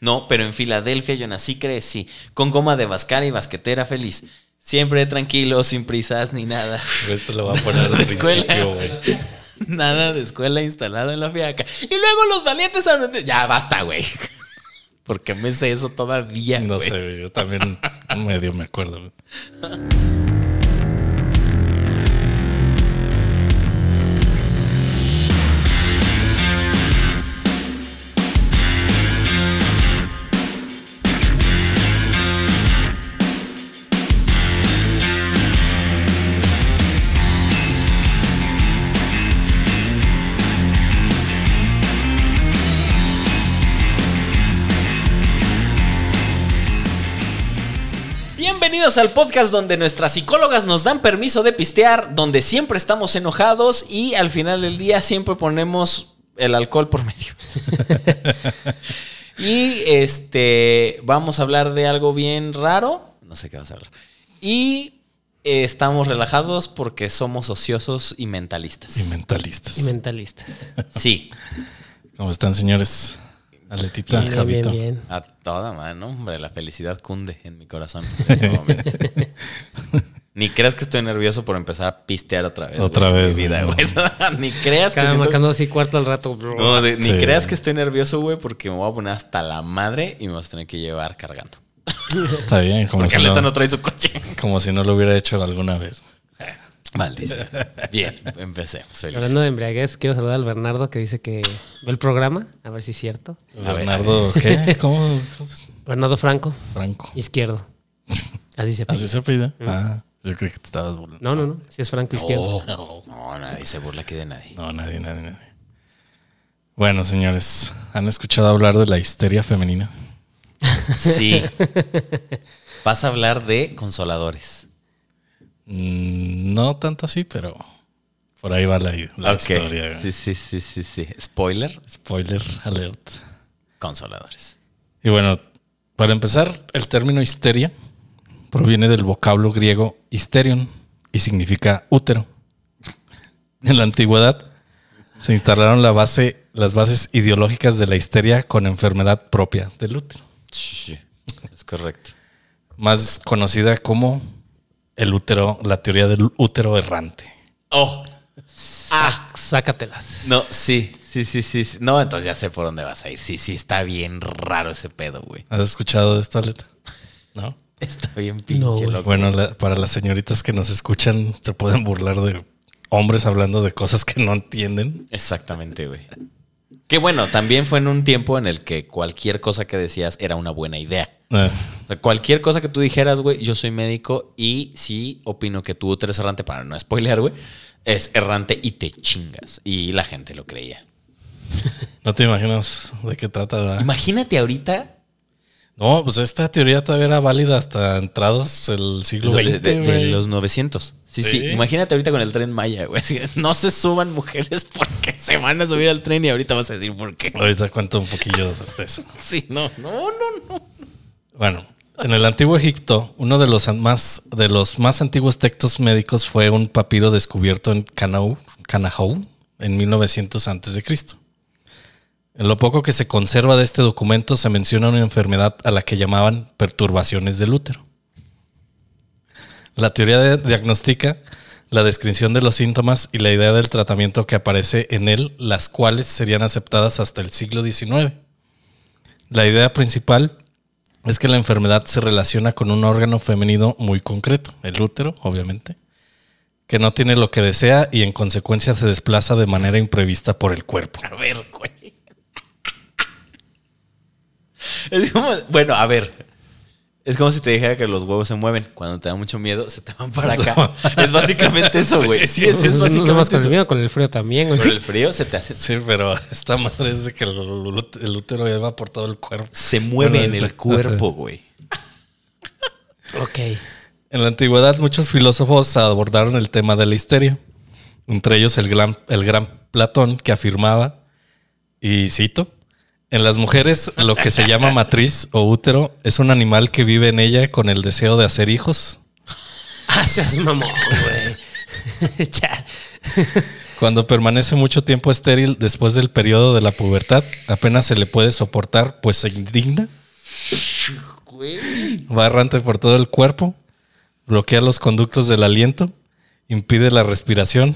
No, pero en Filadelfia yo nací, crecí, con goma de vascar y basquetera feliz. Siempre tranquilo, sin prisas ni nada. Esto lo voy a poner al principio, güey. Nada de escuela instalada en la fiaca. Y luego los valientes... hablan- Ya, basta, güey. Porque me sé eso todavía, No güey. sé, yo también medio me acuerdo. güey. Bienvenidos al podcast donde nuestras psicólogas nos dan permiso de pistear, donde siempre estamos enojados y al final del día siempre ponemos el alcohol por medio. y este, vamos a hablar de algo bien raro, no sé qué vas a hablar. Y eh, estamos relajados porque somos ociosos y mentalistas. Y mentalistas. Pues, Y mentalistas. sí, ¿Cómo están, señores? Ah, Aletita, Bien, bien, Javito. bien. a toda mano, hombre, la felicidad cunde en mi corazón. en este momento. Ni creas que estoy nervioso por empezar a pistear otra vez. Otra güey, vez, mi vida, güey. güey. Ni creas que Cada siento- marcando así cuarto al rato. bro. No, de- ni Sí. creas que estoy nervioso, güey, porque me voy a poner hasta la madre y me vas a tener que llevar cargando. Está bien, como Porque si, no, Aleta no trae su coche. como si no lo hubiera hecho alguna vez. Maldición. Bien, empecemos. Feliz. Hablando de embriaguez, quiero saludar al Bernardo que dice que ve el programa, a ver si es cierto. A ver, Bernardo, ¿qué? ¿Cómo? Bernardo Franco, Franco. izquierdo. Así se pide. ¿Así se pide? Ah, yo creí que te estabas burlando. No, no, no. Si es Franco izquierdo. Oh, no, nadie se burla aquí de nadie. No, nadie, nadie, nadie. Bueno, señores, ¿han escuchado hablar de la histeria femenina? Sí. Vas a hablar de consoladores. Mm, No tanto así, pero por ahí va la, la Ok. historia. güey. Sí, sí, sí, sí, sí. Spoiler, Spoiler alert. consoladores. Y bueno, para empezar, el término histeria proviene del vocablo griego histerion y significa útero. En la antigüedad se instalaron la base, las bases ideológicas de la histeria con enfermedad propia del útero, Sí, Es correcto. más conocida como el útero, la teoría del útero errante. Oh, ah, Sácatelas. no, sí, sí, sí, sí. sí. No, entonces ya sé por dónde vas a ir. Sí, sí, está bien raro ese pedo, güey. ¿Has escuchado de esto, Aleta? ¿No? Está bien pinche No, güey. loco. Bueno, la- para las señoritas que nos escuchan, se pueden burlar de hombres hablando de cosas que no entienden. Exactamente, güey. Que bueno, también fue en un tiempo en el que cualquier cosa que decías era una buena idea. Ah. O sea, cualquier cosa que tú dijeras, güey, yo soy médico y sí opino que tú eres errante, para no spoilear, güey, es errante y te chingas. Y la gente lo creía. No te imaginas de qué trata. ¿verdad? Imagínate ahorita No, pues esta teoría todavía era válida hasta entrados el siglo de, XX. de- de güey. los 900. Sí, sí, Sí. Imagínate ahorita con el tren Maya, güey. Así de, no se suban mujeres porque se van a subir al tren y ahorita vas a decir por qué. Ahorita cuento un poquillo de eso. Sí, no, no, no, no. Bueno, en el antiguo Egipto, uno de los an- más, de los más antiguos textos médicos fue un papiro descubierto en Canau, Canahou en 1900 antes de Cristo. En lo poco que se conserva de este documento se menciona una enfermedad a la que llamaban perturbaciones del útero. La teoría de- diagnostica la descripción de los síntomas y la idea del tratamiento que aparece en él, las cuales serían aceptadas hasta el siglo XIX. La idea principal es que la enfermedad se relaciona con un órgano femenino muy concreto, el útero, obviamente, que no tiene lo que desea y en consecuencia se desplaza de manera imprevista por el cuerpo. A ver, güey. Es como, bueno, a ver. Es como si te dijera que los huevos se mueven. Cuando te da mucho miedo, se te van para acá. es básicamente eso, güey. Sí, es, es No, no, no básicamente más con el eso. miedo, con el frío también, güey. Por el frío se te hace. Sí, pero esta madre es de que el, ú- el útero ya va por todo el cuerpo. Se mueve Bueno, en el ahorita- cuerpo, güey. Ok. En la antigüedad muchos filósofos abordaron el tema de la histeria, entre ellos el gran, el gran Platón que afirmaba, y cito, en las mujeres lo que se llama matriz o útero es un animal que vive en ella con el deseo de hacer hijos, Ah, seas mamón, güey. Ya. Cuando permanece mucho tiempo estéril después del periodo de la pubertad, apenas se le puede soportar, pues se indigna, Güey. va errante por todo el cuerpo, bloquea los conductos del aliento, impide la respiración,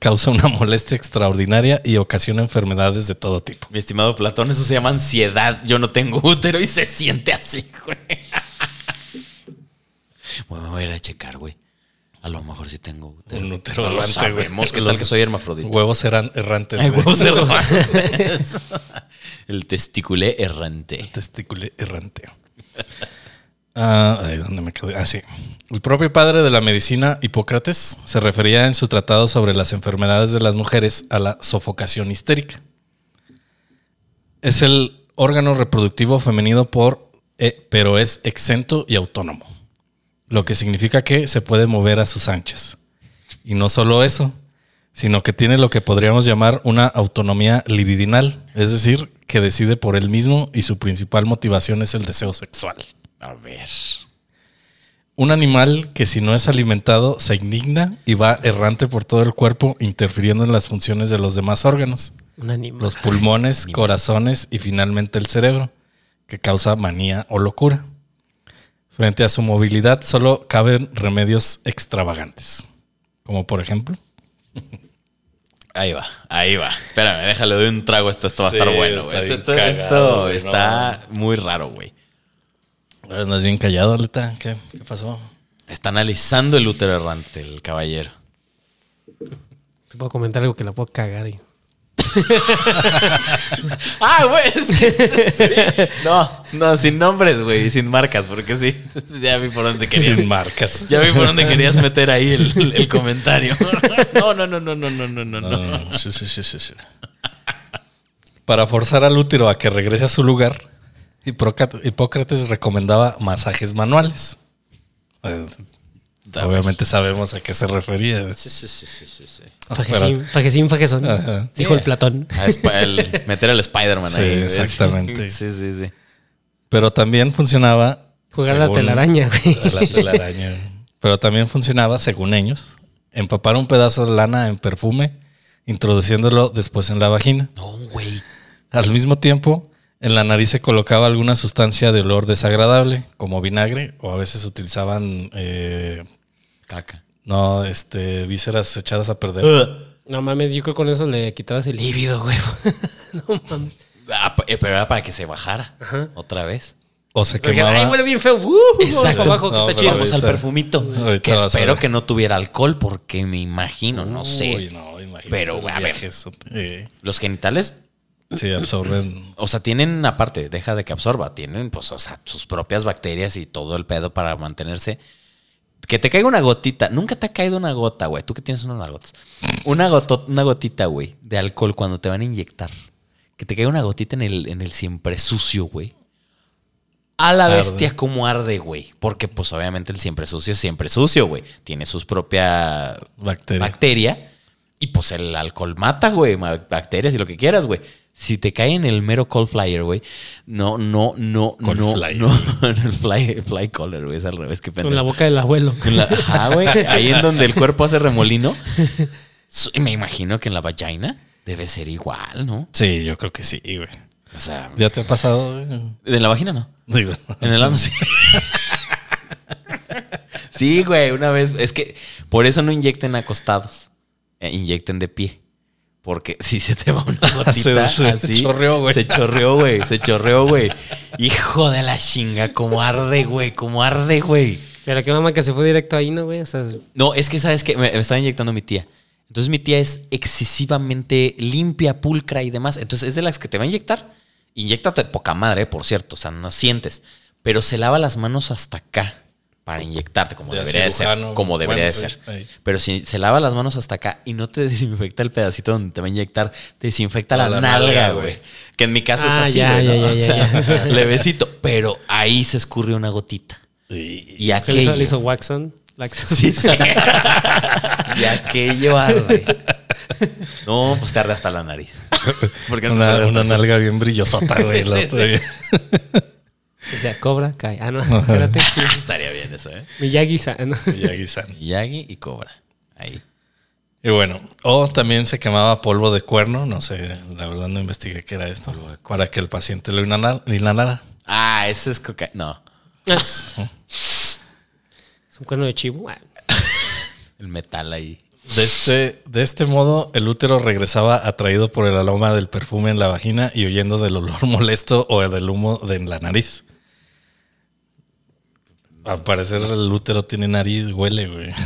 causa una molestia extraordinaria y ocasiona enfermedades de todo tipo. Mi estimado Platón, eso se llama ansiedad. Yo no tengo útero y se siente así, güey. Bueno, me voy a ir a checar, güey. A lo mejor sí tengo útero. Un útero No lo errante, güey. sabemos. ¿Qué tal Los- que soy hermafrodita? Huevos eran errantes. Ay, güey. huevos errantes. El testiculé errante. Testículo errante. Ah, ay, ¿dónde me quedé? Ah, sí. El propio padre de la medicina, Hipócrates, se refería en su tratado sobre las enfermedades de las mujeres a la sofocación histérica. Es el órgano reproductivo femenino por, eh, pero es exento y autónomo, lo que significa que se puede mover a sus anchas. Y no solo eso, sino que tiene lo que podríamos llamar una autonomía libidinal, es decir, que decide por él mismo y su principal motivación es el deseo sexual. A ver. Un animal que si no es alimentado se indigna y va errante por todo el cuerpo interfiriendo en las funciones de los demás órganos, Un animal. los pulmones, corazones y finalmente el cerebro, que causa manía o locura. Frente a su movilidad solo caben remedios extravagantes, como por ejemplo Ahí va, ahí va. Espérame, déjale, doy un trago. Esto, esto va a Sí, estar bueno, güey. está bien Esto, cagado, esto güey, no está muy raro, güey. Andas bien callado, Aleta. ¿Qué, qué pasó? Está analizando el útero errante, el caballero. Te puedo comentar algo que la puedo cagar. Y... Ah, güey. es que- sí. No, no, sin nombres, güey, y sin marcas, porque sí. Ya vi por dónde querías. Sin marcas. Ya vi por dónde querías meter ahí el, el comentario. No, no, no, no, no, no, no, no. Ah, sí, sí, sí, sí, sí. Para forzar al útero a que regrese a su lugar, Hiproca- Hipócrates recomendaba masajes manuales. Eh, Obviamente sabemos a qué se refería. Sí, sí, sí, sí, sí, sí. Fajecín, fajecín, fajezón. Ajá. Dijo Ah, Sí. el Platón. A Sp- Ah, el- meter al Spider-Man Sí, ahí. güey. exactamente. Sí, sí, sí. Pero también funcionaba. Jugar a la según- telaraña, güey. a la telaraña. Pero también funcionaba, según ellos, empapar un pedazo de lana en perfume, introduciéndolo después en la vagina. No, güey. Al mismo tiempo, en la nariz se colocaba alguna sustancia de olor desagradable, como vinagre, o a veces utilizaban, eh, Caca. no, este, vísceras echadas a perder. Uh. No mames, yo creo que con eso le quitabas el líbido, güey. no mames. Ah, p- eh, pero era para que se bajara. Otra vez. O se Porque, ay, quemaba. huele bien feo. Uh, Vamos para abajo, que No, está pero chido. Vamos al ahorita- perfumito. ahorita que vas a espero ver. que no tuviera alcohol, porque me imagino, no sé. Uy, no, imagínate Pero, los a ver. viajes, eh, Los genitales sí, absorben. O sea, tienen, aparte, deja de que absorba, tienen, pues, o sea, sus propias bacterias y todo el pedo para mantenerse. Que te caiga una gotita. Nunca te ha caído una gota, güey. Tú que tienes unas gotas. Una, goto- una gotita, güey, de alcohol cuando te van a inyectar. Que te caiga una gotita en el, en el siempre sucio, güey. A la Arde. bestia como arde, güey. Porque, pues, obviamente el siempre sucio es siempre sucio, güey. Tiene sus propia Bacterias. bacteria. Y pues el alcohol mata, güey, ma- bacterias y lo que quieras, güey. Si te cae en el mero call flyer, güey, no, no, no, Call no, flyer. no, en el fly, fly collar, güey, es al revés, qué Con la pendejo. boca del abuelo. En la- ajá, güey, ahí en donde el cuerpo hace remolino. So- y Me imagino que en la vagina debe ser igual, ¿no? sí, yo creo que sí, güey. O sea, ¿Ya te ha pasado? güey? en la vagina no. Digo, En el ano sí. sí, güey, una vez. Es que por eso no inyecten acostados. eh, inyecten de pie. Porque si se te va una gotita Se- se así. chorreó, güey. Se chorreó, güey. Se chorreó, güey. Hijo de la chinga, como arde, güey. Como arde, güey. Pero qué mamá que se fue directo ahí, ¿no, güey? O sea, No, es que sabes que me, me estaba inyectando mi tía. Entonces mi tía es excesivamente limpia, pulcra y demás. Entonces es de las que te va a inyectar. Inyectate poca madre, por cierto. O sea, no sientes. Pero se lava las manos hasta acá para inyectarte, como De debería de ser. cirujano, Como debería bueno, de sí, ser. ahí. Pero si se lava las manos hasta acá y no te desinfecta el pedacito donde te va a inyectar, te desinfecta la, A la nalga, nalga, güey. güey. Que en mi caso es Ah, así, ya, güey, ¿no? ya, ya, O ya, sea, ya. levecito. Pero ahí se escurre una gotita. Y se le hizo, le aquello. hizo Waxon. Laxon. Sí, sí. y aquello arde. No, pues te arde hasta la nariz. Porque no te una, arde hasta- una nalga bien brillosota, güey. Sí, la sí, otra sí. bien. O sea, cobra, cae. Ah, no, espérate. Estaría bien eso, ¿eh? Miyagi-san. Miyagi-san. Yagi y cobra. Ahí. Y bueno, o también se quemaba polvo de cuerno, no sé, la verdad no investigué qué era esto, para que el paciente lo inhala- inhalara. Ah, ese es coca. No, Es un cuerno de chivo. Ah, el metal ahí. De este, de este modo, el útero regresaba atraído por el aroma del perfume en la vagina y huyendo del olor molesto o del humo de en la nariz. Al parecer el útero tiene nariz, huele, güey.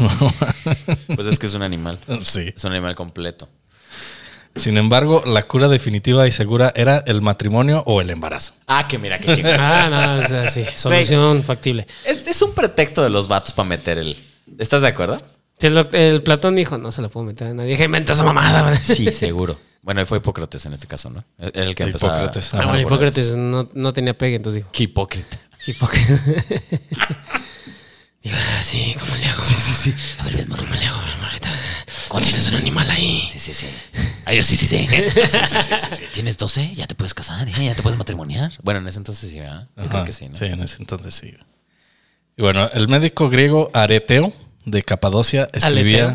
Pues es que es un animal. sí. Es un animal completo. Sin embargo, la cura definitiva y segura era el matrimonio o el embarazo. Ah, que mira, qué chingón. Ah, no, o sea, sí. Solución factible. es, es un pretexto de los vatos para meter el. ¿Estás de acuerdo? Sí, el, doc- el Platón dijo, no se la puedo meter a nadie. Dije, inventa esa mamada. Sí, seguro. Bueno, fue Hipócrates en este caso, ¿no? Era el que empezó. a- Hipócrates, a ajá. Ah, bueno, elaborar Hipócrates no, no tenía pegue, entonces dijo. esto. Qué hipócrita. Hipócrates. Digo, ah, sí, ¿cómo le hago? Sí, sí, sí. A ver, ven, ¿cómo le hago, ven, morrita? Tienes un animal ahí. Sí, sí, sí. Ay, sí, sí, sí. Sí, sí, sí, sí, sí. ¿Tienes 12? Ya te puedes casar, ¿eh? ya te puedes matrimoniar. Bueno, en ese entonces sí, ¿verdad? Yo creo Ajá, que sí, ¿no? en ese entonces sí. Y bueno, el médico griego Areteo de Capadocia escribía.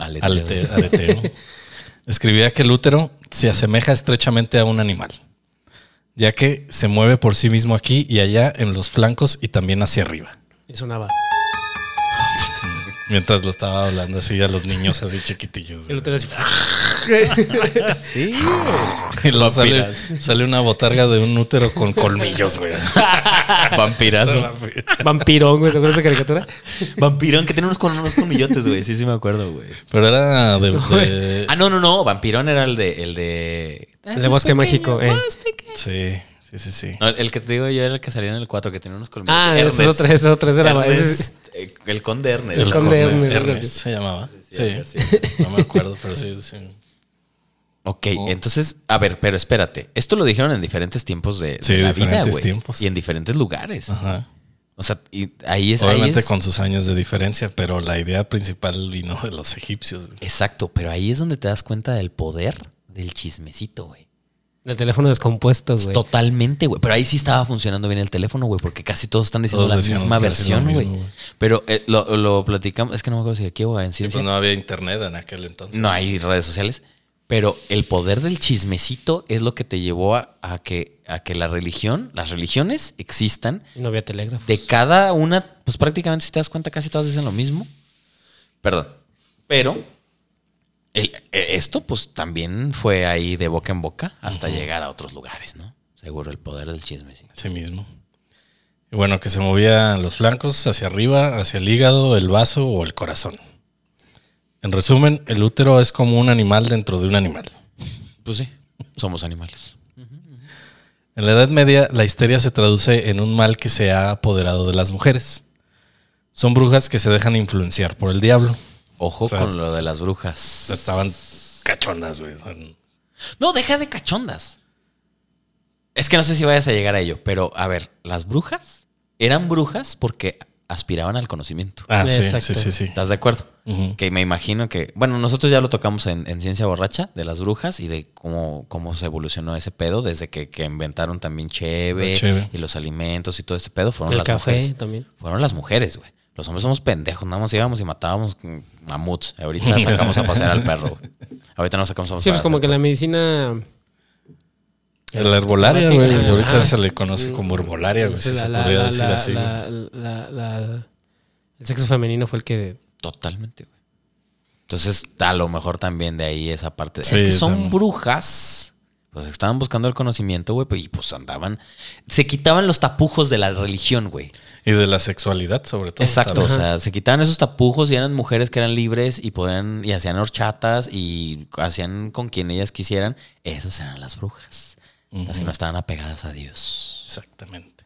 Aleteo. Ah, Aleteo. Alete- aleteo. Escribía que el útero se asemeja estrechamente a un animal, ya que se mueve por sí mismo aquí y allá en los flancos y también hacia arriba. Y sonaba. Mientras lo estaba hablando así a los niños así chiquitillos. El güey. otro así. Sí. Y luego sale, sale una botarga de un útero con colmillos, güey. Vampirazo. Vampirón, güey. ¿Te acuerdas de esa caricatura? Vampirón, que tiene unos, con, unos colmillotes, güey. Sí, sí me acuerdo, güey. Pero era de... de- Ah, no, no, no. Vampirón era el de. El de, El de Ah, Bosque Mágico, eh. sí, sí, sí, sí. No, el que te digo yo era el que salía en el 4, que tenía unos colmillos. Ah, ese es otro, ese es otro, ese era- Ernest, eh, El conde Ernest. El conde. Ernest, algo Ernest así. se llamaba. Sí, algo no me acuerdo, pero sí. sí. Ok, entonces, a ver, pero espérate. Esto lo dijeron en diferentes tiempos de, de Sí, la vida, diferentes güey. tiempos. Y en diferentes lugares. Ajá. O sea, y ahí es. ahí Obviamente es- con sus años de diferencia, pero la idea principal vino de los egipcios. güey. Exacto, pero ahí es donde te das cuenta del poder del chismecito, güey. El teléfono descompuesto, güey. Totalmente, güey. Pero ahí sí estaba funcionando bien el teléfono, güey, porque casi todos están diciendo Todos la decían misma casi lo versión, mismo, güey. güey. Pero eh, lo, lo platicamos, es que no me acuerdo si aquí o en Pues ciencia. no había internet en aquel entonces. no hay redes sociales. Pero el poder del chismecito es lo que te llevó a, a que, a que la religión, las religiones existan. No había telégrafo. De cada una, pues prácticamente si te das cuenta, casi todas dicen lo mismo. Perdón. Pero el- e- esto, pues también fue ahí de boca en boca hasta llegar a otros lugares, ¿no? Seguro el poder del chismecito. Sí mismo. Y bueno, que se movían los flancos hacia arriba, hacia el hígado, el vaso o el corazón. En resumen, el útero es como un animal dentro de un animal. Pues sí, somos animales. En la Edad Media, la histeria se traduce en un mal que se ha apoderado de las mujeres. Son brujas que se dejan influenciar por el diablo. Ojo O sea, con lo de las brujas. Estaban cachondas, güey. O sea, No, deja de cachondas. Es que no sé si vayas a llegar a ello, pero a ver, las brujas eran brujas porque aspiraban al conocimiento. Ah, sí, sí, Exacto. sí, sí. ¿Estás de acuerdo? Ujú. Que me imagino que, bueno, nosotros ya lo tocamos en, en Ciencia Borracha, de las brujas y de cómo, cómo se evolucionó ese pedo, desde que, que inventaron también cheve, El cheve. y los alimentos y todo ese pedo, fueron El las café mujeres. también. Fueron las mujeres, güey. Los hombres somos pendejos, nada más íbamos y matábamos mm, mamuts. Ahorita sacamos a pasear al perro. güey. Ahorita nos sacamos a pasear. Sí, pues como que la medicina. El herbolaria, güey. Ajá. Ahorita se le conoce como herbolaria, güey. Si la- se la- podría la- decir la- así. güey. la- la- la- el sexo femenino fue el que. Totalmente, güey. Entonces, a lo mejor también de ahí esa parte. Sí, es que son también. brujas. Pues estaban buscando el conocimiento, güey, pues, y pues andaban. Se quitaban los tapujos de la religión, güey. Y de la sexualidad, sobre todo. Exacto. O también. sea, se quitaban esos tapujos y eran mujeres que eran libres y podían, y hacían horchatas y hacían con quien ellas quisieran. Esas eran las brujas. Las que no estaban apegadas a Dios. Exactamente.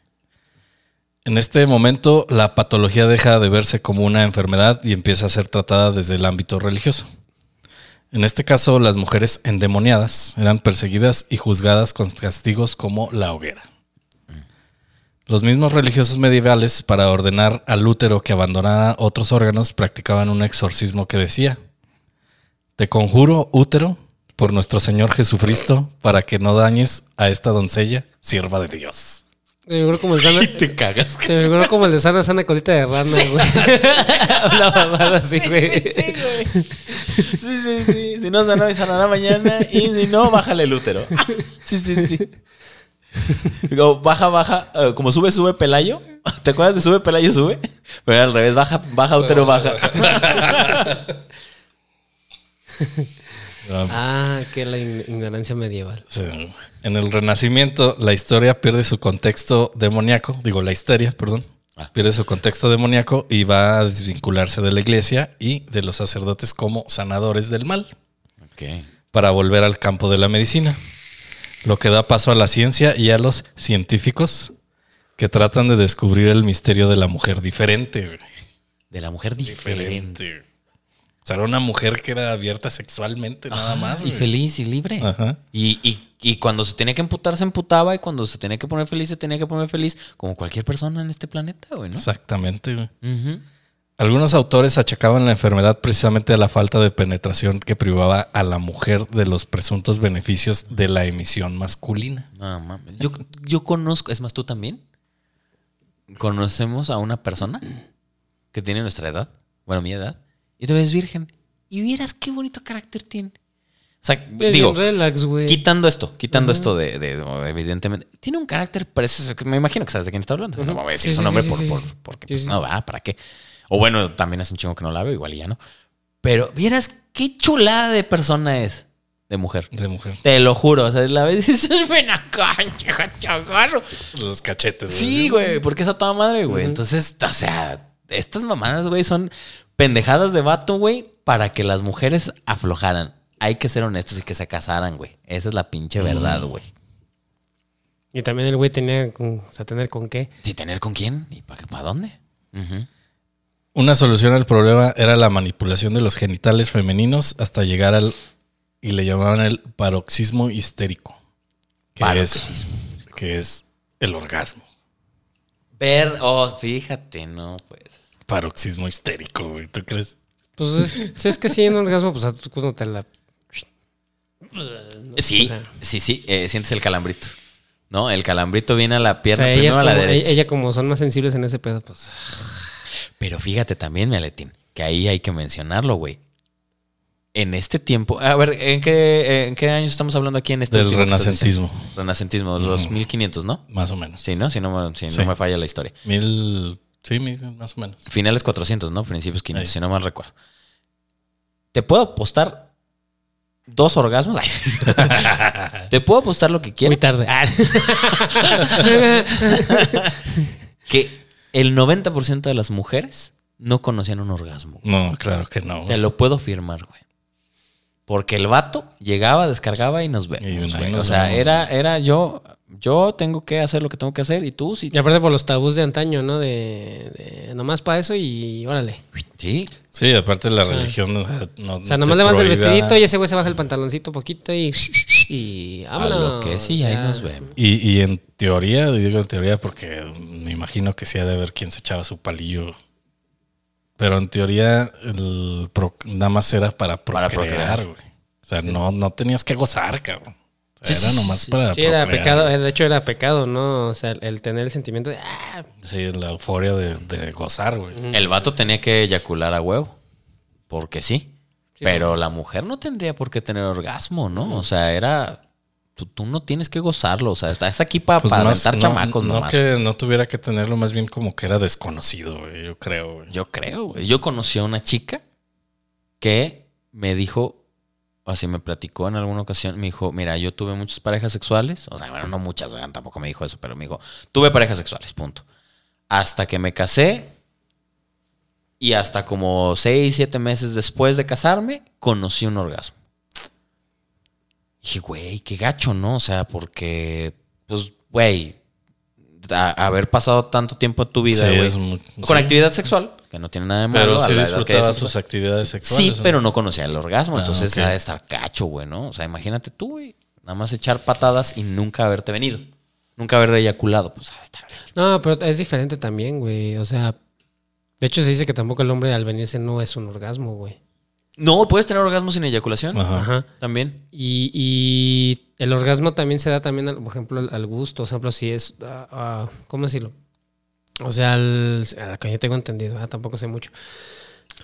En este momento, la patología deja de verse como una enfermedad y empieza a ser tratada desde el ámbito religioso. En este caso, las mujeres endemoniadas eran perseguidas y juzgadas con castigos como la hoguera. Los mismos religiosos medievales, para ordenar al útero que abandonara otros órganos, practicaban un exorcismo que decía: Te conjuro, útero, por nuestro Señor Jesucristo, para que no dañes a esta doncella, sierva de Dios. Se me figuró eh, como el sana. Y te cagas. Se me figuró como el de sana, sana colita de rana, güey. Una mamada así, güey. güey. Sí, sí, sí. Si no sanó, sanará mañana. Y si no, bájale el útero. Sí, sí, sí. Digo, baja, baja. eh, como sube, sube Pelayo. ¿Te acuerdas de sube, Pelayo, sube? Pero era al revés, baja, baja, útero, baja. Ah, Ah, que la ign- ignorancia medieval. sí. En el Renacimiento, la historia pierde su contexto demoníaco, digo, la histeria, perdón, Ah. pierde su contexto demoníaco y va a desvincularse de la iglesia y de los sacerdotes como sanadores del mal. Ok. para volver al campo de la medicina, lo que da paso a la ciencia y a los científicos que tratan de descubrir el misterio de la mujer diferente. güey. De la mujer diferente. Diferente. O sea, era una mujer que era abierta sexualmente nada más. Ah, Y güey. feliz y libre. Ajá. Y, y- y cuando se tenía que emputar, se emputaba. Y cuando se tenía que poner feliz, se tenía que poner feliz. Como cualquier persona en este planeta, güey, ¿no? Exactamente. güey. Ujú. Algunos autores achacaban la enfermedad precisamente a la falta de penetración que privaba a la mujer de los presuntos beneficios de la emisión masculina. No mames. Yo, yo conozco, es más, tú también. Conocemos a una persona que tiene nuestra edad, bueno, mi edad, y todavía es virgen. Y vieras qué bonito carácter tiene. O sea, Es digo, bien relax, güey. quitando esto, quitando esto de, de- evidentemente, tiene un carácter, parece, me imagino que sabes de quién está hablando. No voy a decir Sí, su sí, nombre sí, por, sí, por- sí. porque Sí, pues, sí. no va, ¿para qué? O bueno, también es un chingo que no la veo, igual y ya no. Pero vieras qué chulada de persona es, de mujer. De mujer. Te lo juro, o sea, la vez dices, ven acá, chica, te agarro. Los cachetes. Sí, güey, porque es a toda madre, güey. Entonces, o sea, estas mamadas, güey, son pendejadas de vato, güey, para que las mujeres aflojaran. Hay que ser honestos y que se casaran, güey. Esa es la pinche verdad, güey. Y también el güey tenía, con- o sea, tener con qué. ¿Y tener con quién? ¿Y para dónde? Ujú. Una solución al problema era la manipulación de los genitales femeninos hasta llegar al y le llamaban el paroxismo histérico, que es que es el orgasmo. Ver, oh, fíjate, no, pues. Paroxismo histérico, güey. ¿Tú crees? Pues es, si es que sí, en orgasmo, pues a tu cuando te la. Sí, o sea. sí, sí, eh, sientes el calambrito. No, el calambrito viene a la O pierna, sea, primero ellas a la como, derecha. e- ella como son más sensibles en ese pedo, pues. Pero fíjate también, Meletín, que ahí hay que mencionarlo, güey. En este tiempo, a ver, ¿en qué, en qué años estamos hablando aquí en este Del último que estás diciendo? renacentismo. Renacentismo, los 1500, ¿no? Más o menos. Sí, ¿no? Si no, me- si Sí. no me falla la historia. Mil, sí, mil- más o menos. Finales 400, ¿no? Principios 500, Ahí. si no mal recuerdo. Te puedo apostar dos orgasmos. Te puedo apostar lo que Muy quieras. tarde. Ah, Que el 90% de las mujeres no conocían un orgasmo. No, claro que no. Te lo puedo firmar, güey. Porque el vato llegaba, descargaba y nos Y vemos, ahí güey. nos O sea, vemos. era, era yo, yo tengo que hacer lo que tengo que hacer y tú sí. y aparte por los tabús de antaño, ¿no? De, de nomás para eso y órale. Sí. Sí, aparte la religión o sea, no. O sea, nomás levanta el vestidito y ese güey se baja el pantaloncito poquito y. Y A vámonos. lo que sí, o ahí sea, nos vemos. Y, y en teoría, digo en teoría porque me imagino que sí ha de haber quien se echaba su palillo. Pero en teoría, el pro- nada más era para Para procrear, procrear. güey. O sea, no, no tenías que gozar, cabrón. O sea, Sí, era sí, nomás sí, para Sí, era procrear. pecado. eh, De hecho, era pecado, ¿no? O sea, el- el tener el sentimiento de. ah, Sí, la euforia de, de gozar, güey. El vato tenía que eyacular a huevo. Porque sí. Pero la mujer no tendría por qué tener orgasmo, ¿no? O sea, era. Tú, tú no tienes que gozarlo. O sea, estás aquí para Pues más, aventar no- chamacos no, nomás. que no tuviera que tenerlo, más bien como que era desconocido, güey, yo creo, güey. Yo creo, güey. Yo conocí a una chica que me dijo, así me platicó en alguna ocasión, me dijo, mira, yo tuve muchas parejas sexuales, o sea, bueno, no muchas, oigan, tampoco me dijo eso, pero me dijo, tuve parejas sexuales, punto. Hasta que me casé y hasta como seis, siete meses después de casarme, conocí un orgasmo. Dije, güey, qué gacho, ¿no? O sea, porque, pues, güey, a- haber pasado tanto tiempo de tu vida, Sí, güey, es mu- con sí. actividad sexual, que no tiene nada de malo. Pero a sí la edad que disfrutaba es, sus pues, actividades sexuales. Sí, ¿o no? pero no conocía el orgasmo, Ah, entonces ok. ha de estar cacho, güey, ¿no? O sea, imagínate tú, güey, nada más echar patadas y nunca haberte venido, nunca haber eyaculado, pues ha de estar gacho. No, pero es diferente también, güey. O sea, de hecho se dice que tampoco el hombre al venirse no es un orgasmo, güey. No, puedes tener orgasmo sin eyaculación. Ajá. Ajá. También. Y, y el orgasmo también se da también, al- por ejemplo, al- al gusto. Por ejemplo, si es... ah, ah, ¿Cómo decirlo? O sea, al, ah, que yo tengo entendido, ah, tampoco sé mucho.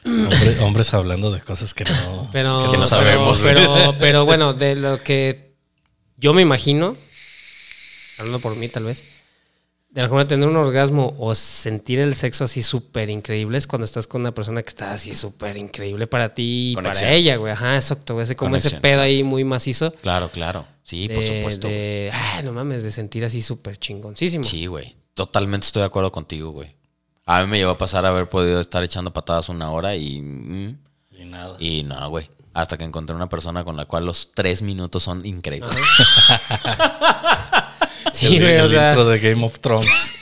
Hombre- hombres hablando de cosas que no, Pero, que no pero- sabemos. Pero, pero bueno, de lo que yo me imagino, hablando por mí tal vez, de alguna manera tener un orgasmo o sentir el sexo así súper increíble es cuando estás con una persona que está así súper increíble para ti y Conexión. para ella, güey. Ajá, exacto, güey. Ese, como ese Conexión. pedo ahí muy macizo. Claro, claro. Sí, por de- supuesto. de, ah, no mames, de sentir así súper chingoncísimo. Sí, güey. Totalmente estoy de acuerdo contigo, güey. A mí me llevó a pasar haber podido estar echando patadas una hora y. mm, Y nada. Y no, güey. Hasta que encontré una persona con la cual los tres minutos son increíbles. Sí, el, güey, o el sea, intro de Game of Thrones.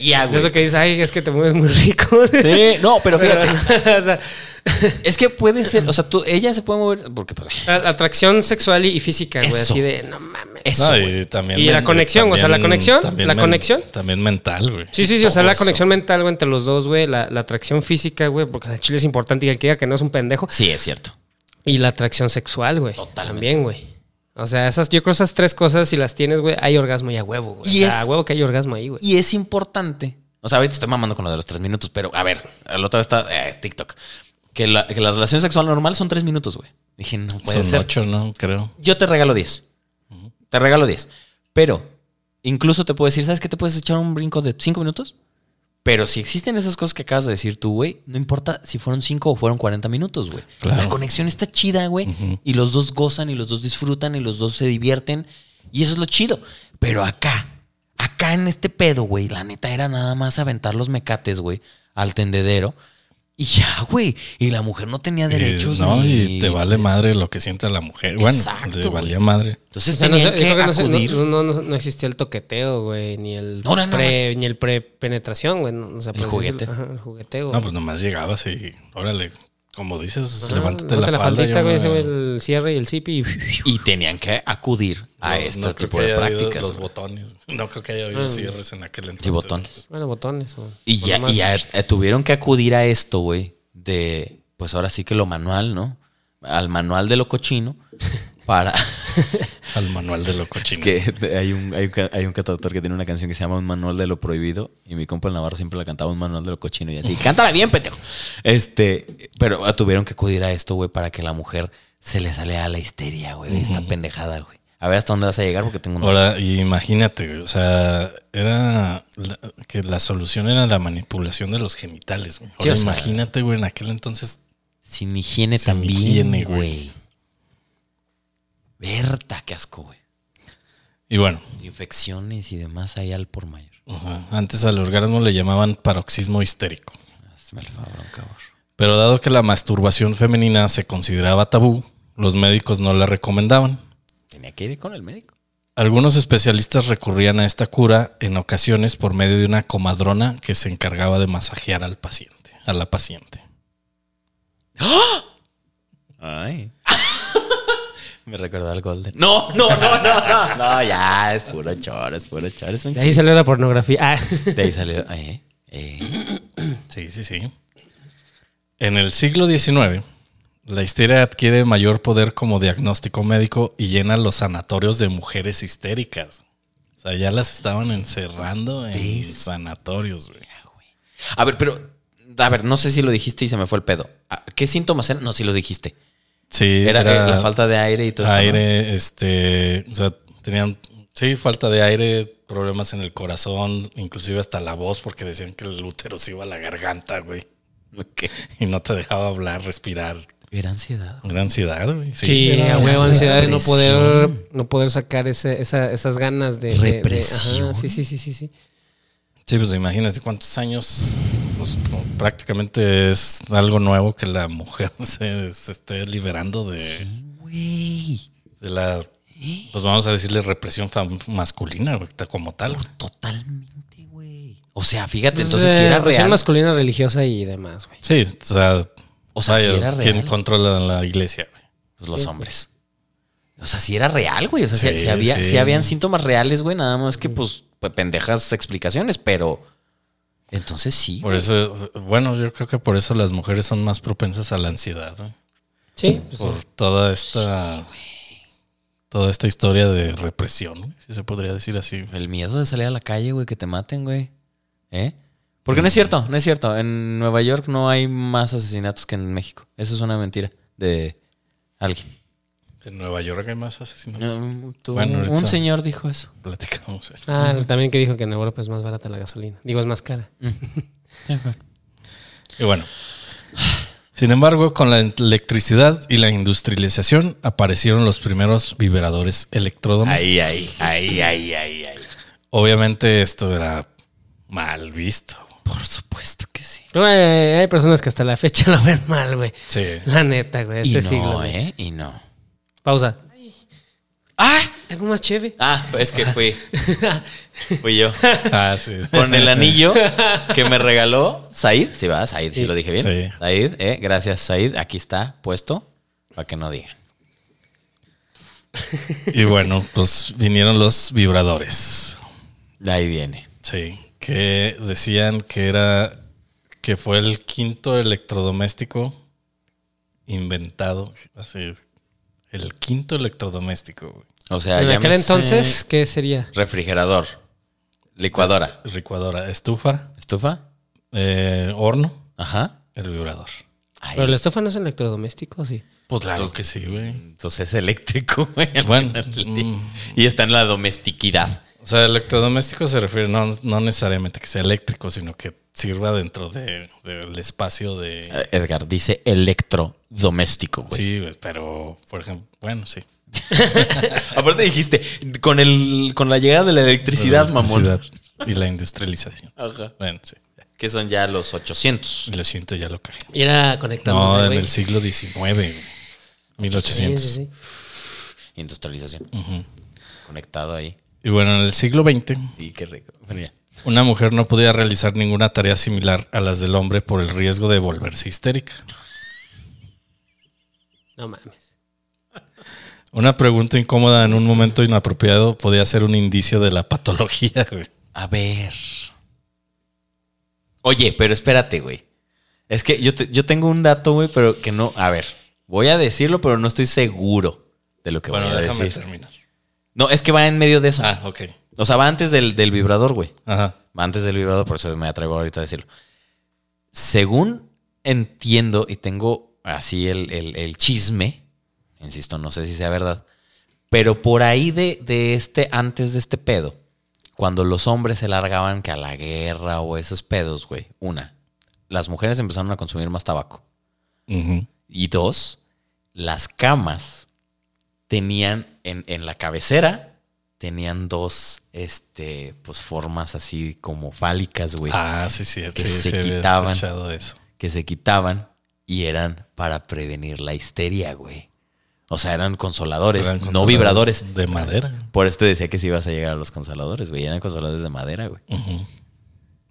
Ya, güey. eso que dices, ay, es que te mueves muy rico. Sí, no, pero fíjate. o sea, es que puede ser. O sea, tú, ella se puede mover. Porque, pues, A- Atracción sexual y, y física, güey. Eso. Así de, no mames. eso. No, güey. y también Y la men- conexión, o sea, la conexión, la men- conexión. También mental, güey. Sí, sí, sí. O sea, todo la eso. conexión mental, güey, entre los dos, güey. La, la atracción física, güey, porque la chile es importante y el que diga que no es un pendejo. Sí, es cierto. Y la atracción sexual, güey. Totalmente. También, güey. O sea, esas, yo creo esas tres cosas, si las tienes, güey, hay orgasmo y a huevo, güey. O Y sea, es- a huevo que hay orgasmo ahí, güey. Y es importante. O sea, ahorita estoy mamando con lo de los tres minutos, pero a ver, la otra vez está eh, es TikTok. Que la, que la relación sexual normal son tres minutos, güey. Dije, no puede Son ser. ocho, ¿no? Creo. Yo te regalo 10. Te regalo 10. Pero incluso te puedo decir, ¿sabes qué? Te puedes echar un brinco de 5 minutos. Pero si existen esas cosas que acabas de decir tú, güey, no importa si fueron 5 o fueron 40 minutos, güey. Claro. La conexión está chida, güey. Y los dos gozan y los dos disfrutan y los dos se divierten. Y eso es lo chido. Pero acá, acá en este pedo, güey, la neta era nada más aventar los mecates, güey, al tendedero. Y ya, güey. Y la mujer no tenía derechos, y, no, ni- y te vale madre lo que siente la mujer. Bueno, Exacto, te güey. valía madre. Entonces O sea, no, tenían sé, yo que creo que no sé- acudir. no, no, no- no existía el toqueteo, güey, ni el No, no, no, pre, ni el pre-penetración, güey. No, o sea, El por decirlo- juguete. ajá, el jugueteo. No, pues nomás llegabas y, órale, como dices, Ajá, levántate levanta la, falda. Ah, faldita, yo güey, me- ese, güey, el cierre y el zipi y... Y tenían que acudir a no- este no creo tipo que de haya habido prácticas. Los güey. botones. No creo que haya habido cierres en aquel entonces. Sí, botones. Bueno, botones. o- Y o ya, nomás- y ya, eh, tuvieron que acudir a esto, güey, de, pues ahora sí que lo manual, ¿no? Al manual de lo cochino para... Al manual de lo Es cochino. que hay un, hay, un, ca- hay un cantautor que tiene una canción que se llama Un Manual de lo Prohibido y mi compa el Navarro siempre la cantaba Un Manual de lo Cochino y así, cántala bien, pendejo. Este, pero ah, tuvieron que acudir a esto, güey, para que la mujer se le sale a la histeria, güey, esta pendejada, güey. A ver hasta dónde vas a llegar porque tengo un... Ahora, imagínate, güey, o sea, era la- que la solución era la manipulación de los genitales, güey. Sí, Ahora, o sea- imagínate, güey, en aquel entonces, Sin higiene Sin también, higiene, güey. Berta, qué asco, güey. y bueno, Infecciones y demás ahí al por mayor. ajá, antes al orgasmo le llamaban paroxismo histérico. Hazme el favor, cabrón. Pero dado que la masturbación femenina se consideraba tabú, los médicos no la recomendaban. Tenía que ir con el médico. Algunos especialistas recurrían a esta cura en ocasiones por medio de una comadrona que se encargaba de masajear al paciente, a la paciente. Ay. Me recordó al Golden. No, no, no, no, no. No, ya, es puro choro, es puro choro. Es un De ahí salió la pornografía. Ah. chiste. De ahí salió. eh, eh. Sí, sí, sí. En el siglo XIX, la histeria adquiere mayor poder como diagnóstico médico y llena los sanatorios de mujeres histéricas. O sea, ya las estaban encerrando en sanatorios, güey. A ver, pero. A ver, no sé si lo dijiste y se me fue el pedo. Ah, ¿Qué síntomas eran? No, sí los dijiste. Sí, Era, eh, la falta de aire y todo esto, ¿no? aire, este, o sea, tenían, sí, falta de aire, problemas en el corazón, inclusive hasta la voz, porque decían que el útero se iba a la garganta, güey, Ok. y no te dejaba hablar, respirar. Era ansiedad. Gran ansiedad, güey. Sí, era- a huevo, ansiedad de no poder, Represión. no poder sacar ese- esa- esas ganas de. de- de- ajá, Represión. sí, sí, sí, sí, sí. Sí, pues imagínate cuántos años, pues pr- prácticamente es algo nuevo que la mujer se, se esté liberando de, Güey. de la, pues vamos a decirle represión fam- masculina, güey, como tal. Totalmente, güey. O sea, fíjate, entonces si eh, era pues, relación real. masculina, religiosa y demás, güey. Sí, o sea, O sea, sí era ¿quién real. controla la iglesia? güey? Pues los hombres. O sea, si era real, güey. O sea, si- Sí, si, había, sí. Mm. si habían síntomas reales, güey. Nada más que, pues, pues, pendejas explicaciones, pero. Entonces sí. Por eso, bueno, yo creo que por eso las mujeres son más propensas a la ansiedad. güey. Sí, pues por toda esta toda esta historia de represión, güey, si se podría decir así. El miedo de salir a la calle, güey, que te maten, güey. ¿Eh? Mm. Porque no es cierto, no es cierto. En Nueva York no hay más asesinatos que en México. Eso es una mentira de alguien. En Nueva York hay más asesinatos. Um, tú- Bueno, ahorita- un señor dijo eso. Platicamos eso. Ah, también que dijo que en Europa es más barata la gasolina. Digo, es más cara. Y bueno. Sin embargo, con la electricidad y la industrialización aparecieron los primeros vibradores electrodomésticos. Ahí, ahí, ahí, ahí, ahí, ahí. Obviamente esto era mal visto. Por supuesto que sí. Pero, eh, hay personas que hasta la fecha lo ven mal, güey. Sí. La neta, güey. Este y no, siglo. güey. ¿eh? Y no. Pausa. ¡Ah! Tengo más chévere. Ah, es que fui. Fui yo. Ah, sí. Con el anillo que me regaló Said. Sí, va, Said, sí, lo dije bien. Sí. Said, eh, gracias, Said. Aquí está puesto para que no digan. Y bueno, pues vinieron los vibradores. Ahí viene. Sí, que decían que era que fue el quinto electrodoméstico inventado, así, el quinto electrodoméstico, güey. O sea, en aquel llámese entonces, ¿qué sería? Refrigerador. Licuadora. Licuadora, estufa, ¿Estufa? eh, horno, Ajá. el vibrador. Ay, Pero la estufa no es electrodoméstico, sí. pues, Claro tú- que sí, güey. Entonces es eléctrico, güey. al Bueno, final del día. mm. Y está en la domestiquidad. O sea, electrodoméstico se refiere no, no necesariamente que sea eléctrico, sino que sirva dentro de- del espacio de... Eh, Edgar dice electrodoméstico, güey. Sí, güey, pero, por ejemplo, bueno, sí. Aparte dijiste, con el con la llegada de la electricidad, mamón. Electricidad Y la industrialización. Ajá. Bueno, sí. Que son ya los 800. Lo siento, ya lo cajé. Era No, conectándose, en güey. el siglo XIX, güey. 1800. Sí, sí, sí. Industrialización. Conectado ahí. Y bueno, en el siglo XX, Sí, qué rico. Bueno, ya. una mujer no podía realizar ninguna tarea similar a las del hombre por el riesgo de volverse histérica. No mames. Una pregunta incómoda en un momento inapropiado podía ser un indicio de la patología, güey. A ver. Oye, pero espérate, güey. Es que yo, te- yo tengo un dato, güey, pero que no. A ver, voy a decirlo, pero no estoy seguro de lo que Bueno, voy a déjame decir. terminar. No, es que va en medio de eso. Ah, ok. O sea, va antes del, del vibrador, güey. Ajá. Va antes del vibrador, por eso me atrevo ahorita a decirlo. Según entiendo y tengo así el, el- el chisme, insisto, no sé si sea verdad, pero por ahí de, de este, antes de este pedo, cuando los hombres se largaban que a la guerra o esos pedos, güey, una, las mujeres empezaron a consumir más tabaco. Ujú. Y dos, las camas tenían en, en la cabecera, tenían dos este, pues formas así como fálicas, güey, Ah, sí, cierto. Que Sí, se sí, había quitaban. escuchado eso. que se quitaban y eran para prevenir la histeria, güey. O sea, eran consoladores, Eran no consoladores vibradores. De madera. Por eso te decía que si ibas a llegar a los consoladores, güey. Eran consoladores de madera, güey. Mm.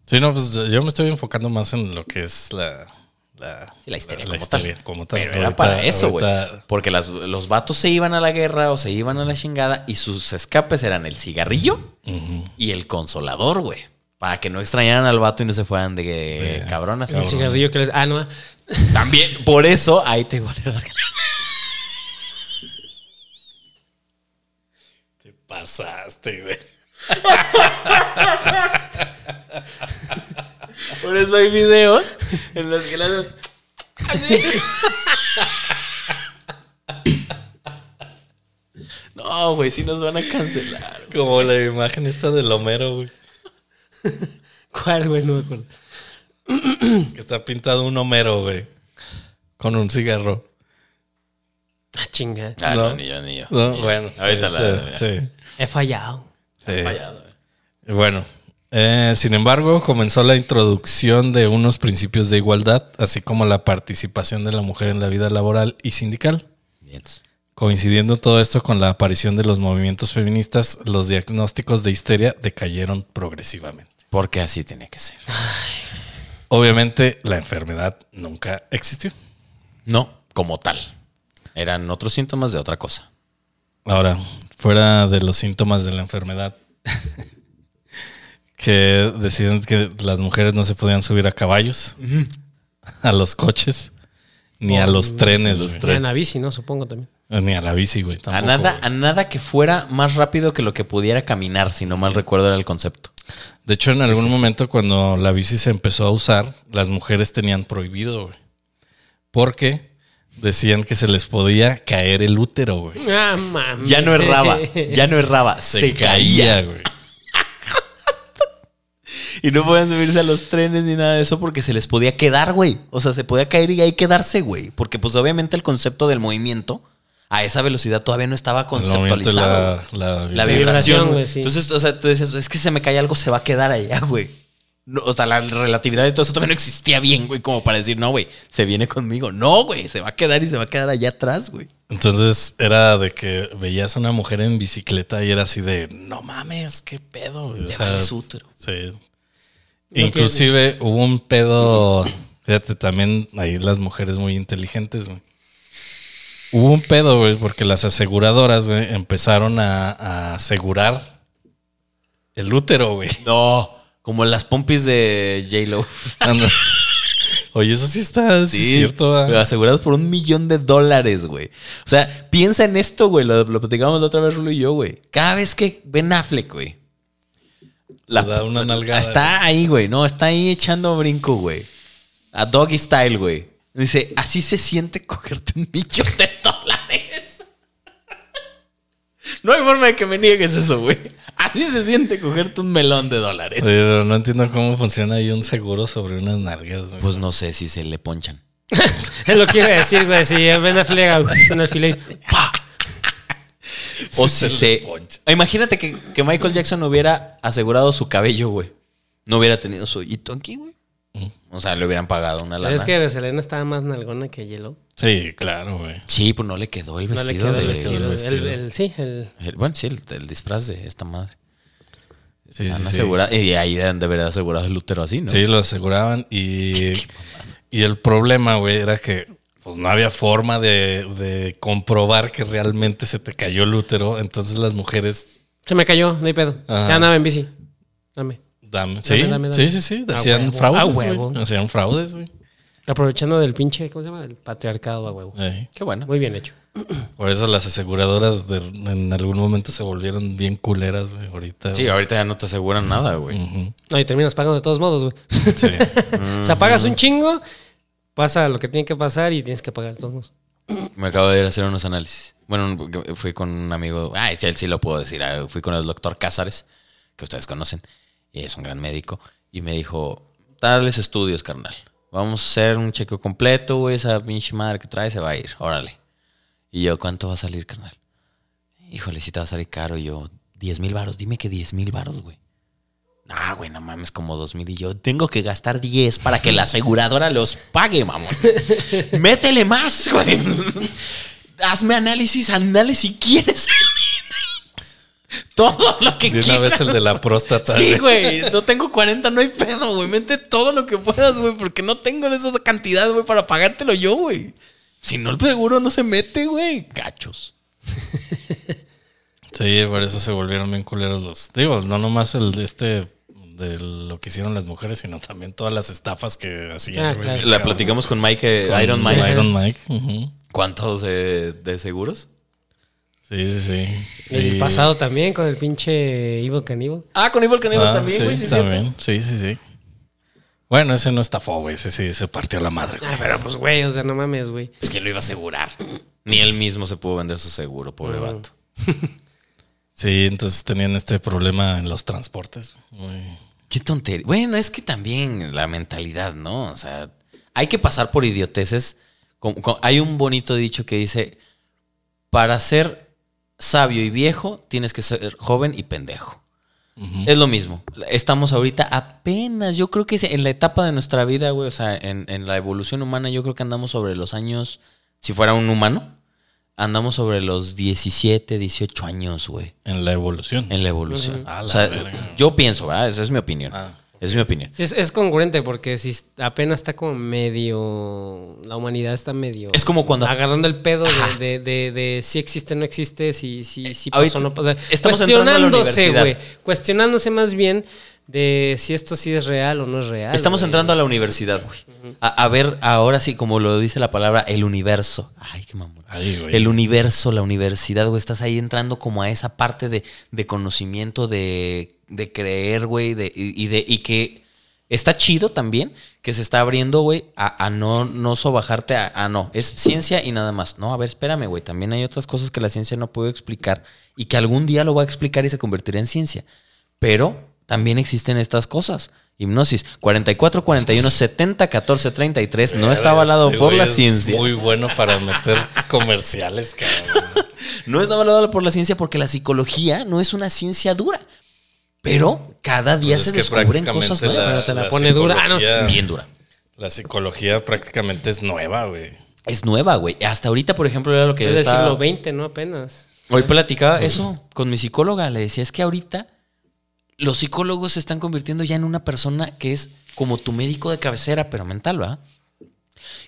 Sí, no, pues yo me estoy enfocando más en lo que es la. La, Sí, la histeria como tal. como tal. Pero era Ahorita- para eso, güey. ahorita- Porque las- los vatos se iban a la guerra o se iban a la chingada y sus escapes eran el cigarrillo y el consolador, güey. Para que no extrañaran al vato y no se fueran de que- cabronas. El cigarrillo que les. Ah, no. ah. También, por eso, ahí te huele las Te pasaste, güey. Por eso hay videos en los que le hacen así. No, güey, sí nos van a cancelar. Como la imagen esta del Homero, güey. ¿Cuál, güey? No me acuerdo. Que está pintado un Homero, güey. Con un cigarro. Ah, chinga. Ah, No. no, ni yo, ni yo. No, bueno. Ahorita la- Sí. He fallado. sí. Has fallado, güey. Bueno. eh, sin embargo, comenzó la introducción de unos principios de igualdad, así como la participación de la mujer en la vida laboral y sindical. Vientos. Coincidiendo todo esto con la aparición de los movimientos feministas, los diagnósticos de histeria decayeron progresivamente. Porque así tenía que ser. Obviamente, la enfermedad nunca existió. No, como tal. Eran otros síntomas de otra cosa. Ahora, fuera de los síntomas de la enfermedad, que decían que las mujeres no se podían subir a caballos, a los coches, Ni a Oh, los trenes, güey. Ah, En la bici, ¿no? Supongo también. Ni a la bici, güey. A tampoco, nada, güey. a nada que fuera más rápido que lo que pudiera caminar, si no mal recuerdo era el concepto. De hecho, en algún momento cuando la bici se empezó a usar, las mujeres tenían prohibido, güey. Porque decían que se les podía caer el útero, güey. Ah, mami. Ya no erraba, ya no erraba, se, caía. güey. Y no podían subirse a los trenes ni nada de eso porque se les podía quedar, güey. O sea, se podía caer y ahí quedarse, güey. Porque pues obviamente el concepto del movimiento a esa velocidad todavía no estaba En el momento conceptualizado. la, la, La vibración, vibración, güey, güey. sí. Entonces, o sea, tú decías, es que se me cae algo, se va a quedar allá, güey. No, o sea, la relatividad de todo eso todavía no existía bien, güey, como para decir, no, güey, se viene conmigo. No, güey, se va a quedar y se va a quedar allá atrás, güey. Entonces era de que veías a una mujer en bicicleta y era así de, no mames, qué pedo. güey". O Le sea, vale su útero. sí. Inclusive hubo un pedo, fíjate, también ahí las mujeres muy inteligentes, güey. Hubo un pedo, güey, porque las aseguradoras, güey, empezaron a, a asegurar el útero, güey. No, como las pompis de J-Lo. Anda. Oye, eso sí está sí, es Sí, cierto. ¿va? pero asegurados por un millón de dólares, güey. O sea, piensa en esto, güey. Lo, lo platicábamos la otra vez, Rulo y yo, güey. Cada vez que Ben Affleck, güey. Le da una nalgada, Está ahí, güey. No, está ahí echando brinco, güey. A doggy style, güey. Dice, así se siente cogerte un millón de dólares. No hay forma de que me niegues eso, güey. Así se siente cogerte un melón de dólares. Pero no entiendo cómo funciona ahí un seguro sobre unas nalgas, güey. Pues no sé si se le ponchan. Es lo que iba a decir, güey. Si ven a flega un alfiler. O si Sí se se. le poncha. Imagínate que, que Michael Jackson hubiera asegurado su cabello, güey. No hubiera tenido su hito aquí, güey. O sea, le hubieran pagado una lana. ¿Sabes que Selena estaba más nalgona que Yellow? Sí, claro, güey. Sí, pues no le quedó el No le vestido quedó de. el vestido. el El- vestido. el- sí, el. el- bueno, sí, el, el disfraz de esta madre. Sí, Han sí, sí. asegurado- Y ahí deben de haber asegurado el útero así, ¿no? Sí, lo aseguraban y, y el problema, güey, era que pues no había forma de, de comprobar que realmente se te cayó el útero. Entonces las mujeres, Se me cayó, no hay pedo. Ah. Ajá. Ya andaba en bici. Dame. dame, sí, dame, dame. sí, sí, sí, A hacían huevo, a fraudes, huevo. güey. Hacían fraudes, güey. Aprovechando del pinche, ¿cómo se llama? El patriarcado a huevo. Ey. Qué bueno. Muy bien hecho. Por eso las aseguradoras de- en algún momento se volvieron bien culeras, güey. Ahorita. Sí, ahorita ya no te aseguran nada, güey. Ujú. No, y terminas pagando de todos modos, güey. Sí. o sea, pagas un chingo, pasa lo que tiene que pasar y tienes que pagar de todos modos. Me acabo de ir a hacer unos análisis. Bueno, fui con un amigo, ah, ese él sí lo puedo decir, ah, fui con el doctor Cázares, que ustedes conocen, y es un gran médico, y me dijo, darles estudios, carnal. Vamos a hacer un chequeo completo, güey, esa pinche madre que trae se va a ir, órale. Y yo, ¿cuánto va a salir, carnal? Híjole, si te va a salir caro, Y yo, 10 mil varos, dime que 10 mil varos, güey. Ah, güey, no mames, como 2 mil y yo tengo que gastar 10 para que la aseguradora los pague, mamón. Métele más, güey. Hazme análisis, análisis si quieres. Todo lo que De quieras. una vez el de la próstata. Sí, güey. güey. No tengo 40, no hay pedo, güey. Mete todo lo que puedas, güey, porque no tengo esa cantidad, güey, para pagártelo yo, güey. Si no, el seguro no se mete, güey. Gachos. Sí, por eso se volvieron bien culeros los. Digo, no nomás el de este de lo que hicieron las mujeres, sino también todas las estafas que hacían. Ah, güey. claro. La platicamos con Mike, eh, Con Iron Mike. Iron Mike. ujú. ¿Cuántos eh, de seguros? Sí, sí, sí. El Y- pasado también con el pinche Evil Caníbal. Ah, con Evil Caníbal Ah, también, güey. sí, Sí, también. Sí, sí, sí. Bueno, ese no estafó, güey. Ese sí se partió la madre. güey. Ah, pero pues, güey, o sea, no mames, güey. Pues que lo iba a asegurar. Ni él mismo se pudo vender su seguro, pobre vato. Sí, entonces tenían este problema en los transportes. güey. Qué tontería. Bueno, es que también la mentalidad, ¿no? O sea, hay que pasar por idioteces. Com- com- Hay un bonito dicho que dice, para ser sabio y viejo, tienes que ser joven y pendejo. Es lo mismo. Estamos ahorita apenas, yo creo que es en la etapa de nuestra vida, güey, o sea, en, en la evolución humana, yo creo que andamos sobre los años, si fuera un humano, andamos sobre los 17, 18 años, güey En la evolución. en la evolución. Ujú. A la O sea, verga. yo pienso, ¿verdad? Esa es mi opinión. Ah, Es mi opinión. Sí, Es, es congruente porque si es- apenas está como medio. La humanidad está medio. Es como cuando- Agarrando el pedo de, de, de- de si existe, no existe, si, si, si ahorita pasó, no pasó. estamos entrando a la Cuestionándose, universidad. güey. Cuestionándose más bien de si esto sí es real o no es real. Estamos güey. entrando a la universidad, güey. A, a ver, ahora sí, como lo dice la palabra, el universo. Ay, qué mamón. Ay, güey. El universo, la universidad, güey. Estás ahí entrando como a esa parte de, de conocimiento, de, de creer, güey, de, y, y de, y que está chido también que se está abriendo, güey, a, a no, no sobajarte a, a no. Es ciencia y nada más. No, a ver, espérame, güey. También hay otras cosas que la ciencia no puede explicar y que algún día lo va a explicar y se convertirá en ciencia. Pero también existen estas cosas. Hipnosis 44, 41, 70, 14, 33. No está avalado Este por güey la es ciencia. Muy bueno para meter comerciales, cabrón. No es avalado por la ciencia porque la psicología no es una ciencia dura. Pero cada día Pues es se que descubren prácticamente cosas la- nuevas. Pero te la pone dura. Ah, no. psicología- Bien dura. La psicología prácticamente es nueva, güey. Es nueva, güey. Hasta ahorita, por ejemplo, era lo que Es yo del estaba... siglo XX, ¿no? Apenas. Hoy platicaba eso con mi psicóloga. Le decía, es que ahorita los psicólogos se están convirtiendo ya en una persona que es como tu médico de cabecera, pero mental, ¿va?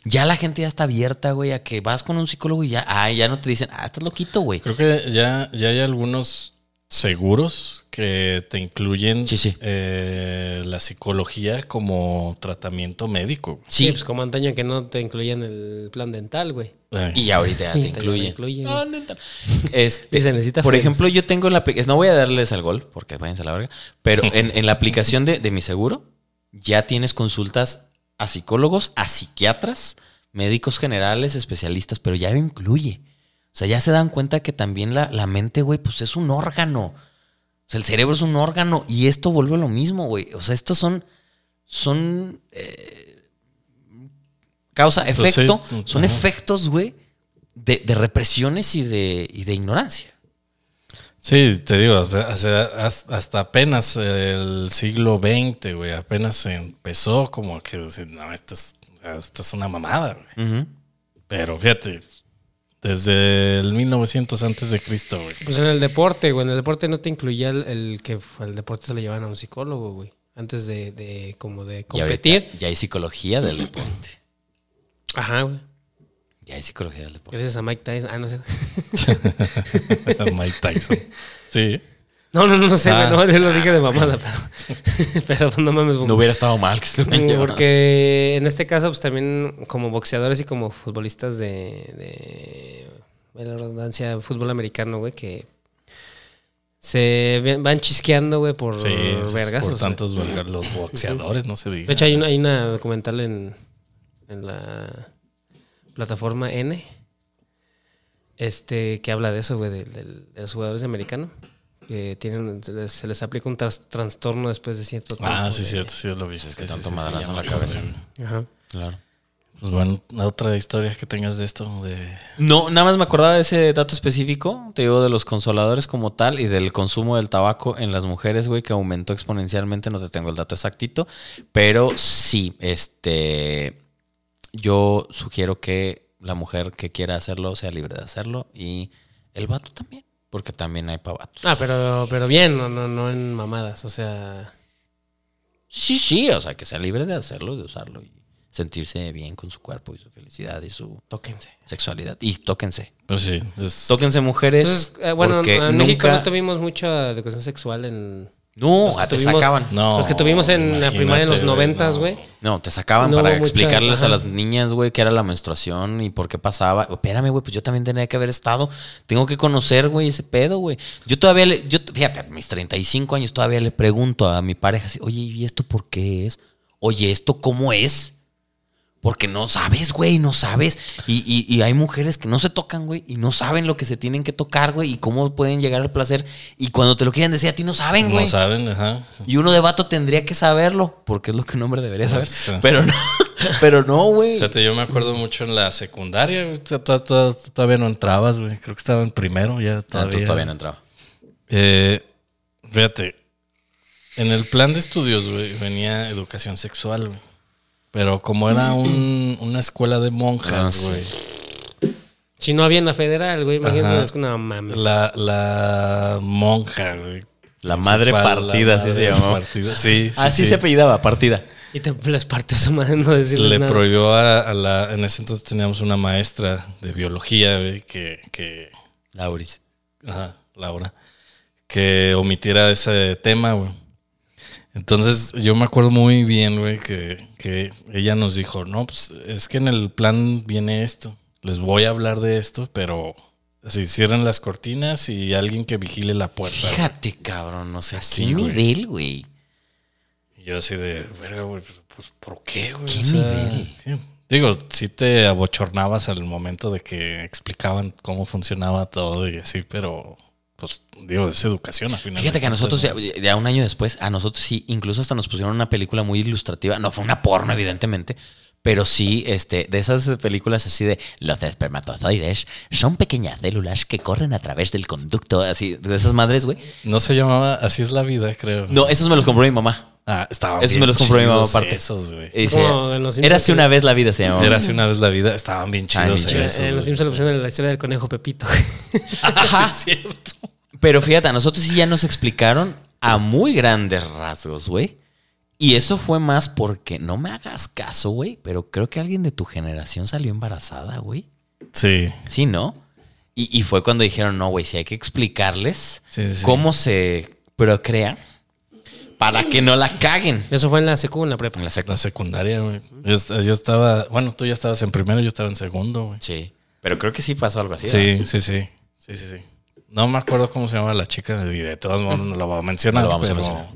Ya la gente ya está abierta, güey, a que vas con un psicólogo y ya, ah, ya no te dicen, ah, estás loquito, güey. Creo que ya, ya hay algunos seguros que te incluyen Sí, sí. eh, la psicología como tratamiento médico. güey. Sí, Pues como antaño que no te incluían el plan dental, güey. Eh, y ahorita ya te Ahorita ya lo incluye. incluyen. Ah, neta. Este, Y se necesita por frenos. ejemplo, yo tengo la apli- no voy a darles al gol, porque váyanse a la verga, pero en, en la aplicación de, de mi seguro ya tienes consultas a psicólogos, a psiquiatras, médicos generales, especialistas, pero ya lo incluye. O sea, ya se dan cuenta que también la, la mente, güey, pues es un órgano. O sea, el cerebro es un órgano y esto vuelve a lo mismo, güey. O sea, estos son. Son. eh, causa, Pues sí, efecto. sí, son ajá. efectos, güey, de, de represiones y de, y de ignorancia. Sí, te digo, o sea, hasta- hasta apenas el siglo XX, güey, apenas empezó como que decir, no, esto es, esto es una mamada, güey. Pero fíjate, desde el 1900 antes de Cristo, güey. Pues en el deporte, güey. En el deporte no te incluía el, el que fue- el deporte se lo llevaban a un psicólogo, güey. Antes de, de como de Y ahorita competir. ya hay psicología del deporte. Ajá, güey. Ya hay psicología del deporte. Gracias a Mike Tyson. Ah, no sé. Mike Tyson. Sí. No, no, no, no sé, güey. Ah. No, yo lo dije de mamada, pero. pero pues, no mames, güey. No hubiera estado mal que se lo hayan llevado. Porque en este caso, pues también como boxeadores y como futbolistas de, de valga la redundancia, fútbol americano, güey, que se ve- van chisqueando, güey, por Sí, esos vergas. por tantos vergas, los boxeadores, no se diga. De hecho, hay una, hay una documental en, en la plataforma N este que habla de eso, güey, del- del- de los jugadores americanos que tienen, se les, se les aplica un tras- trastorno después de cierto tiempo. ah, sí, de- cierto, sí, lo vi. Es que tanto madrazo en la cabeza. Ajá. Claro. Pues bueno, otra historia que tengas de esto, de No, nada más me acordaba de ese dato específico, te digo, de los consoladores como tal y del consumo del tabaco en las mujeres, güey, que aumentó exponencialmente, no te tengo el dato exactito, pero sí, este, yo sugiero que la mujer que quiera hacerlo sea libre de hacerlo y el vato también, porque también hay pavatos. Ah, pero, pero bien, no, no, no en mamadas, o sea. Sí, sí, o sea, que sea libre de hacerlo, de usarlo y sentirse bien con su cuerpo y su felicidad y su Tóquense. sexualidad. Y tóquense, Pues sí, es- tóquense mujeres, Entonces, eh, bueno, porque en nunca... México no tuvimos mucha educación sexual en. No, Los que ah, te tuvimos- sacaban. No. No, los que tuvimos en la imagínate, primaria en los güey, noventas, no. güey. te sacaban No para hubo mucha- explicarles a ajá. las niñas, güey, qué era la menstruación y por qué pasaba. Espérame, güey, pues yo también tenía que haber estado. Tengo que conocer, güey, ese pedo, güey. Yo todavía le, yo, fíjate, a mis 35 años todavía le pregunto a mi pareja así, oye, ¿y esto por qué es? Oye, ¿esto cómo es? Porque no sabes, güey, no sabes. Y, y- y hay mujeres que no se tocan, güey, y no saben lo que se tienen que tocar, güey, y cómo pueden llegar al placer. Y cuando te lo quieren decir a ti, no saben, güey. No saben, ajá. Y uno de vato tendría que saberlo, porque es lo que un hombre debería saber. Sí. Pero no, pero no, güey. Fíjate, yo me acuerdo mucho en la secundaria, güey, to- to- to- todavía no entrabas, güey. Creo que estaba en primero, ya Ah, todavía. Entonces todavía no entraba. Eh, fíjate, en el plan de estudios, güey, venía educación sexual, güey. Pero como era un- una escuela de Ah, monjas, sí. güey, Si no había en la federal, güey, imagínate, es una mami. la, la monja, güey. La madre principal, la partida, así se madre llamó. partida, Sí, sí, Así sí. se apellidaba, partida. Y te les partió su madre no decirles Le nada. prohibió a, a la. En ese entonces teníamos una maestra de biología, güey, que. que Lauris. ajá, Laura. Que omitiera ese tema, güey. Entonces yo me acuerdo muy bien, güey, que, que ella nos dijo, no, pues es que en el plan viene esto, les voy a hablar de esto, pero si cierran las cortinas y alguien que vigile la puerta. güey". Fíjate, cabrón, o sea, Sí, qué güey. nivel, güey. Y yo así de, verga, güey, pues, pues, ¿por qué, güey? ¿Qué O sea, nivel? sí. Digo, sí te abochornabas al momento de que explicaban cómo funcionaba todo y así, pero pues digo, es educación al final. Fíjate de que a cuentas, nosotros, ¿no? ya, ya un año después, a nosotros sí, incluso hasta nos pusieron una película muy ilustrativa. No fue una porno, evidentemente, pero sí, este, de esas películas así de los espermatozoides son pequeñas células que corren a través del conducto, así, de esas madres, güey. No se llamaba Así es la vida, creo. No, esos me los compró mi mamá. Ah, estaban Esos bien me los compró mi mamá chidos aparte. Eh, Esos, güey. Y dice, Como en Los Simpsons, era así ¿sí? una vez la vida, se llamaba. Era así una vez la vida, estaban bien chidos. bien chidos. esos, Eh, en los güey. Simpsons le pusieron la historia del conejo Pepito. Ajá. Pero fíjate, a nosotros sí ya nos explicaron a muy grandes rasgos, güey. Y eso fue más porque, no me hagas caso, güey, pero creo que alguien de tu generación salió embarazada, güey. Sí. Sí, ¿no? Y, y fue cuando dijeron, no, güey, si hay que explicarles Sí, sí, sí. cómo se procrea para que no la caguen. Eso fue en la secu, en la prepa. En la La secundaria. secundaria, güey. Yo, est- yo estaba, bueno, tú ya estabas en primero, yo estaba en segundo, güey. Sí. Pero creo que sí pasó algo así. ¿verdad? Sí, sí, sí. Sí, sí, sí. No me acuerdo cómo se llama la chica y de todos modos no lo vamos a mencionar. No lo vamos a pero- mencionar.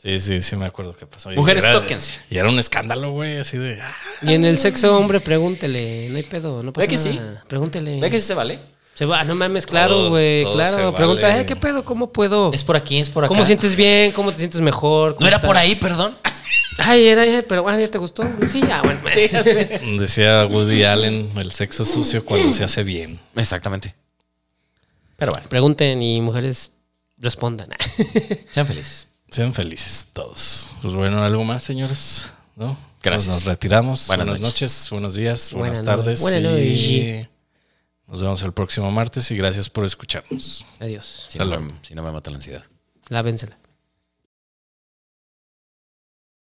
Sí, sí, sí me acuerdo qué pasó. Y Mujeres, era- tóquense. Y era un escándalo, güey, así de... ah, Y en el sexo, hombre, pregúntele. No hay pedo, no pasa Ve que sí. nada. Pregúntele. ¿Ve que sí se vale? Se va, no mames, claro, Todos- güey, todos claro. se Pregunta, vale. "Eh, ¿qué pedo? ¿Cómo puedo? Es por aquí, es por acá. ¿Cómo sientes bien? ¿Cómo te sientes mejor? No era por ahí, perdón. Ay, era, eh, pero bueno, ¿ya te gustó? Sí, ah, bueno. Decía Woody Allen, el sexo es sucio cuando se hace bien. Exactamente. Pero bueno, Pregunten y mujeres respondan. sean felices. Sean felices todos. Pues bueno, algo más, señores. ¿No? Gracias. Pues nos retiramos. Buenas Buenas, noches. noches. buenos días, buenas, Buenas tardes. noches. Buenas y nos vemos el próximo martes y gracias por escucharnos. Adiós. Si no, me- si no me mata la ansiedad. Lávensela.